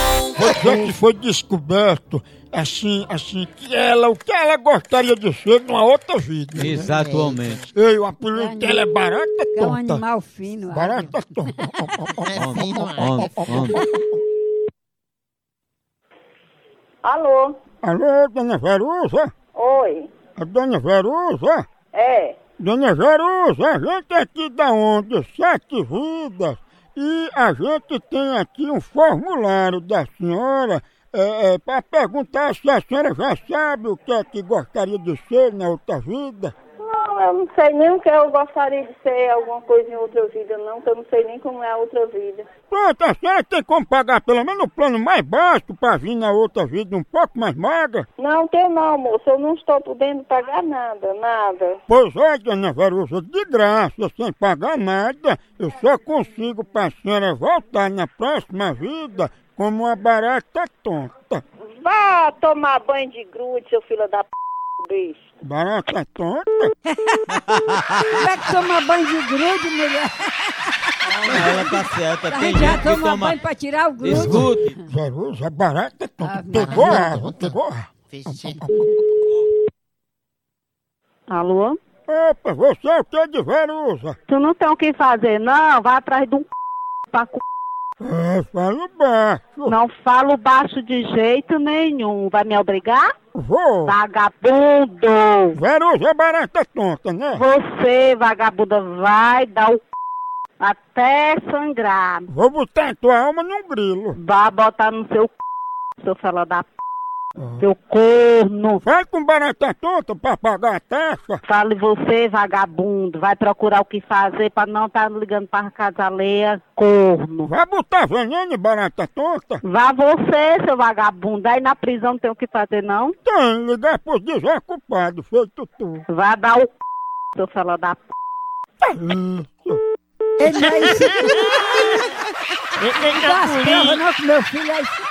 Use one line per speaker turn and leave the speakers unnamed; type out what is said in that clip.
já que foi descoberto, assim, assim, que ela, o que ela gostaria de ser numa outra vida.
É.
né?
Exatamente.
Ei, uma política, ela é barata
um É um
tonta.
animal fino. ágil.
Barata tonta.
Homem, homem, homem.
Alô?
Alô, dona Verusa?
Oi?
A dona Verusa?
É?
Dona Verusa, a gente é aqui da onde? Sete vidas. E a gente tem aqui um formulário da senhora para perguntar se a senhora já sabe o que é que gostaria de ser na outra vida.
Não, eu não sei nem o que eu gostaria de ser alguma coisa em outra vida, não, que eu não sei nem como é a outra vida.
Pronto, a senhora é tem como pagar pelo menos o plano mais básico para vir na outra vida um pouco mais magra?
Não, tem não, moço, eu não estou podendo pagar nada, nada.
Pois é, dona Verusa, de graça, sem pagar nada, eu só consigo para a senhora voltar na próxima vida como uma barata tonta.
Vá tomar banho de grude, seu filho da p... bicho.
Barata tonta?
Como é que toma banho de grude, mulher?
Ela tá certa.
A
Tem
gente já
gente que
toma
toma.
banho pra tirar o grude.
Escute.
Verusa, barata tonta.
Ah,
Pegou a água, pegou a água.
Alô?
Opa, você é o que de Verusa?
Tu não tem o que fazer, não? Vai atrás de um c... pra c...
É, falo baixo.
Não falo baixo de jeito nenhum. Vai me obrigar?
Vou.
Vagabundo!
Verusa é barata tonta, né?
Você, vagabunda, vai dar o c... até sangrar.
Vou botar a tua alma num grilo.
Vá botar no seu c... seu fela da p... seu corno.
Vai com barata tonta pra pagar a taxa.
Fale você, vagabundo, vai procurar o que fazer pra não estar ligando pra casa alheia, corno.
Vai botar veneno em barata tonta.
Vá você, seu vagabundo, aí na prisão não tem o que fazer não.
Tem, ligar pros desocupados, feito tu.
Vá dar o c... seu fela da p...
Tá isso.
tá
Ele não é isso. Dá as pernas não, que tá meu filho é isso.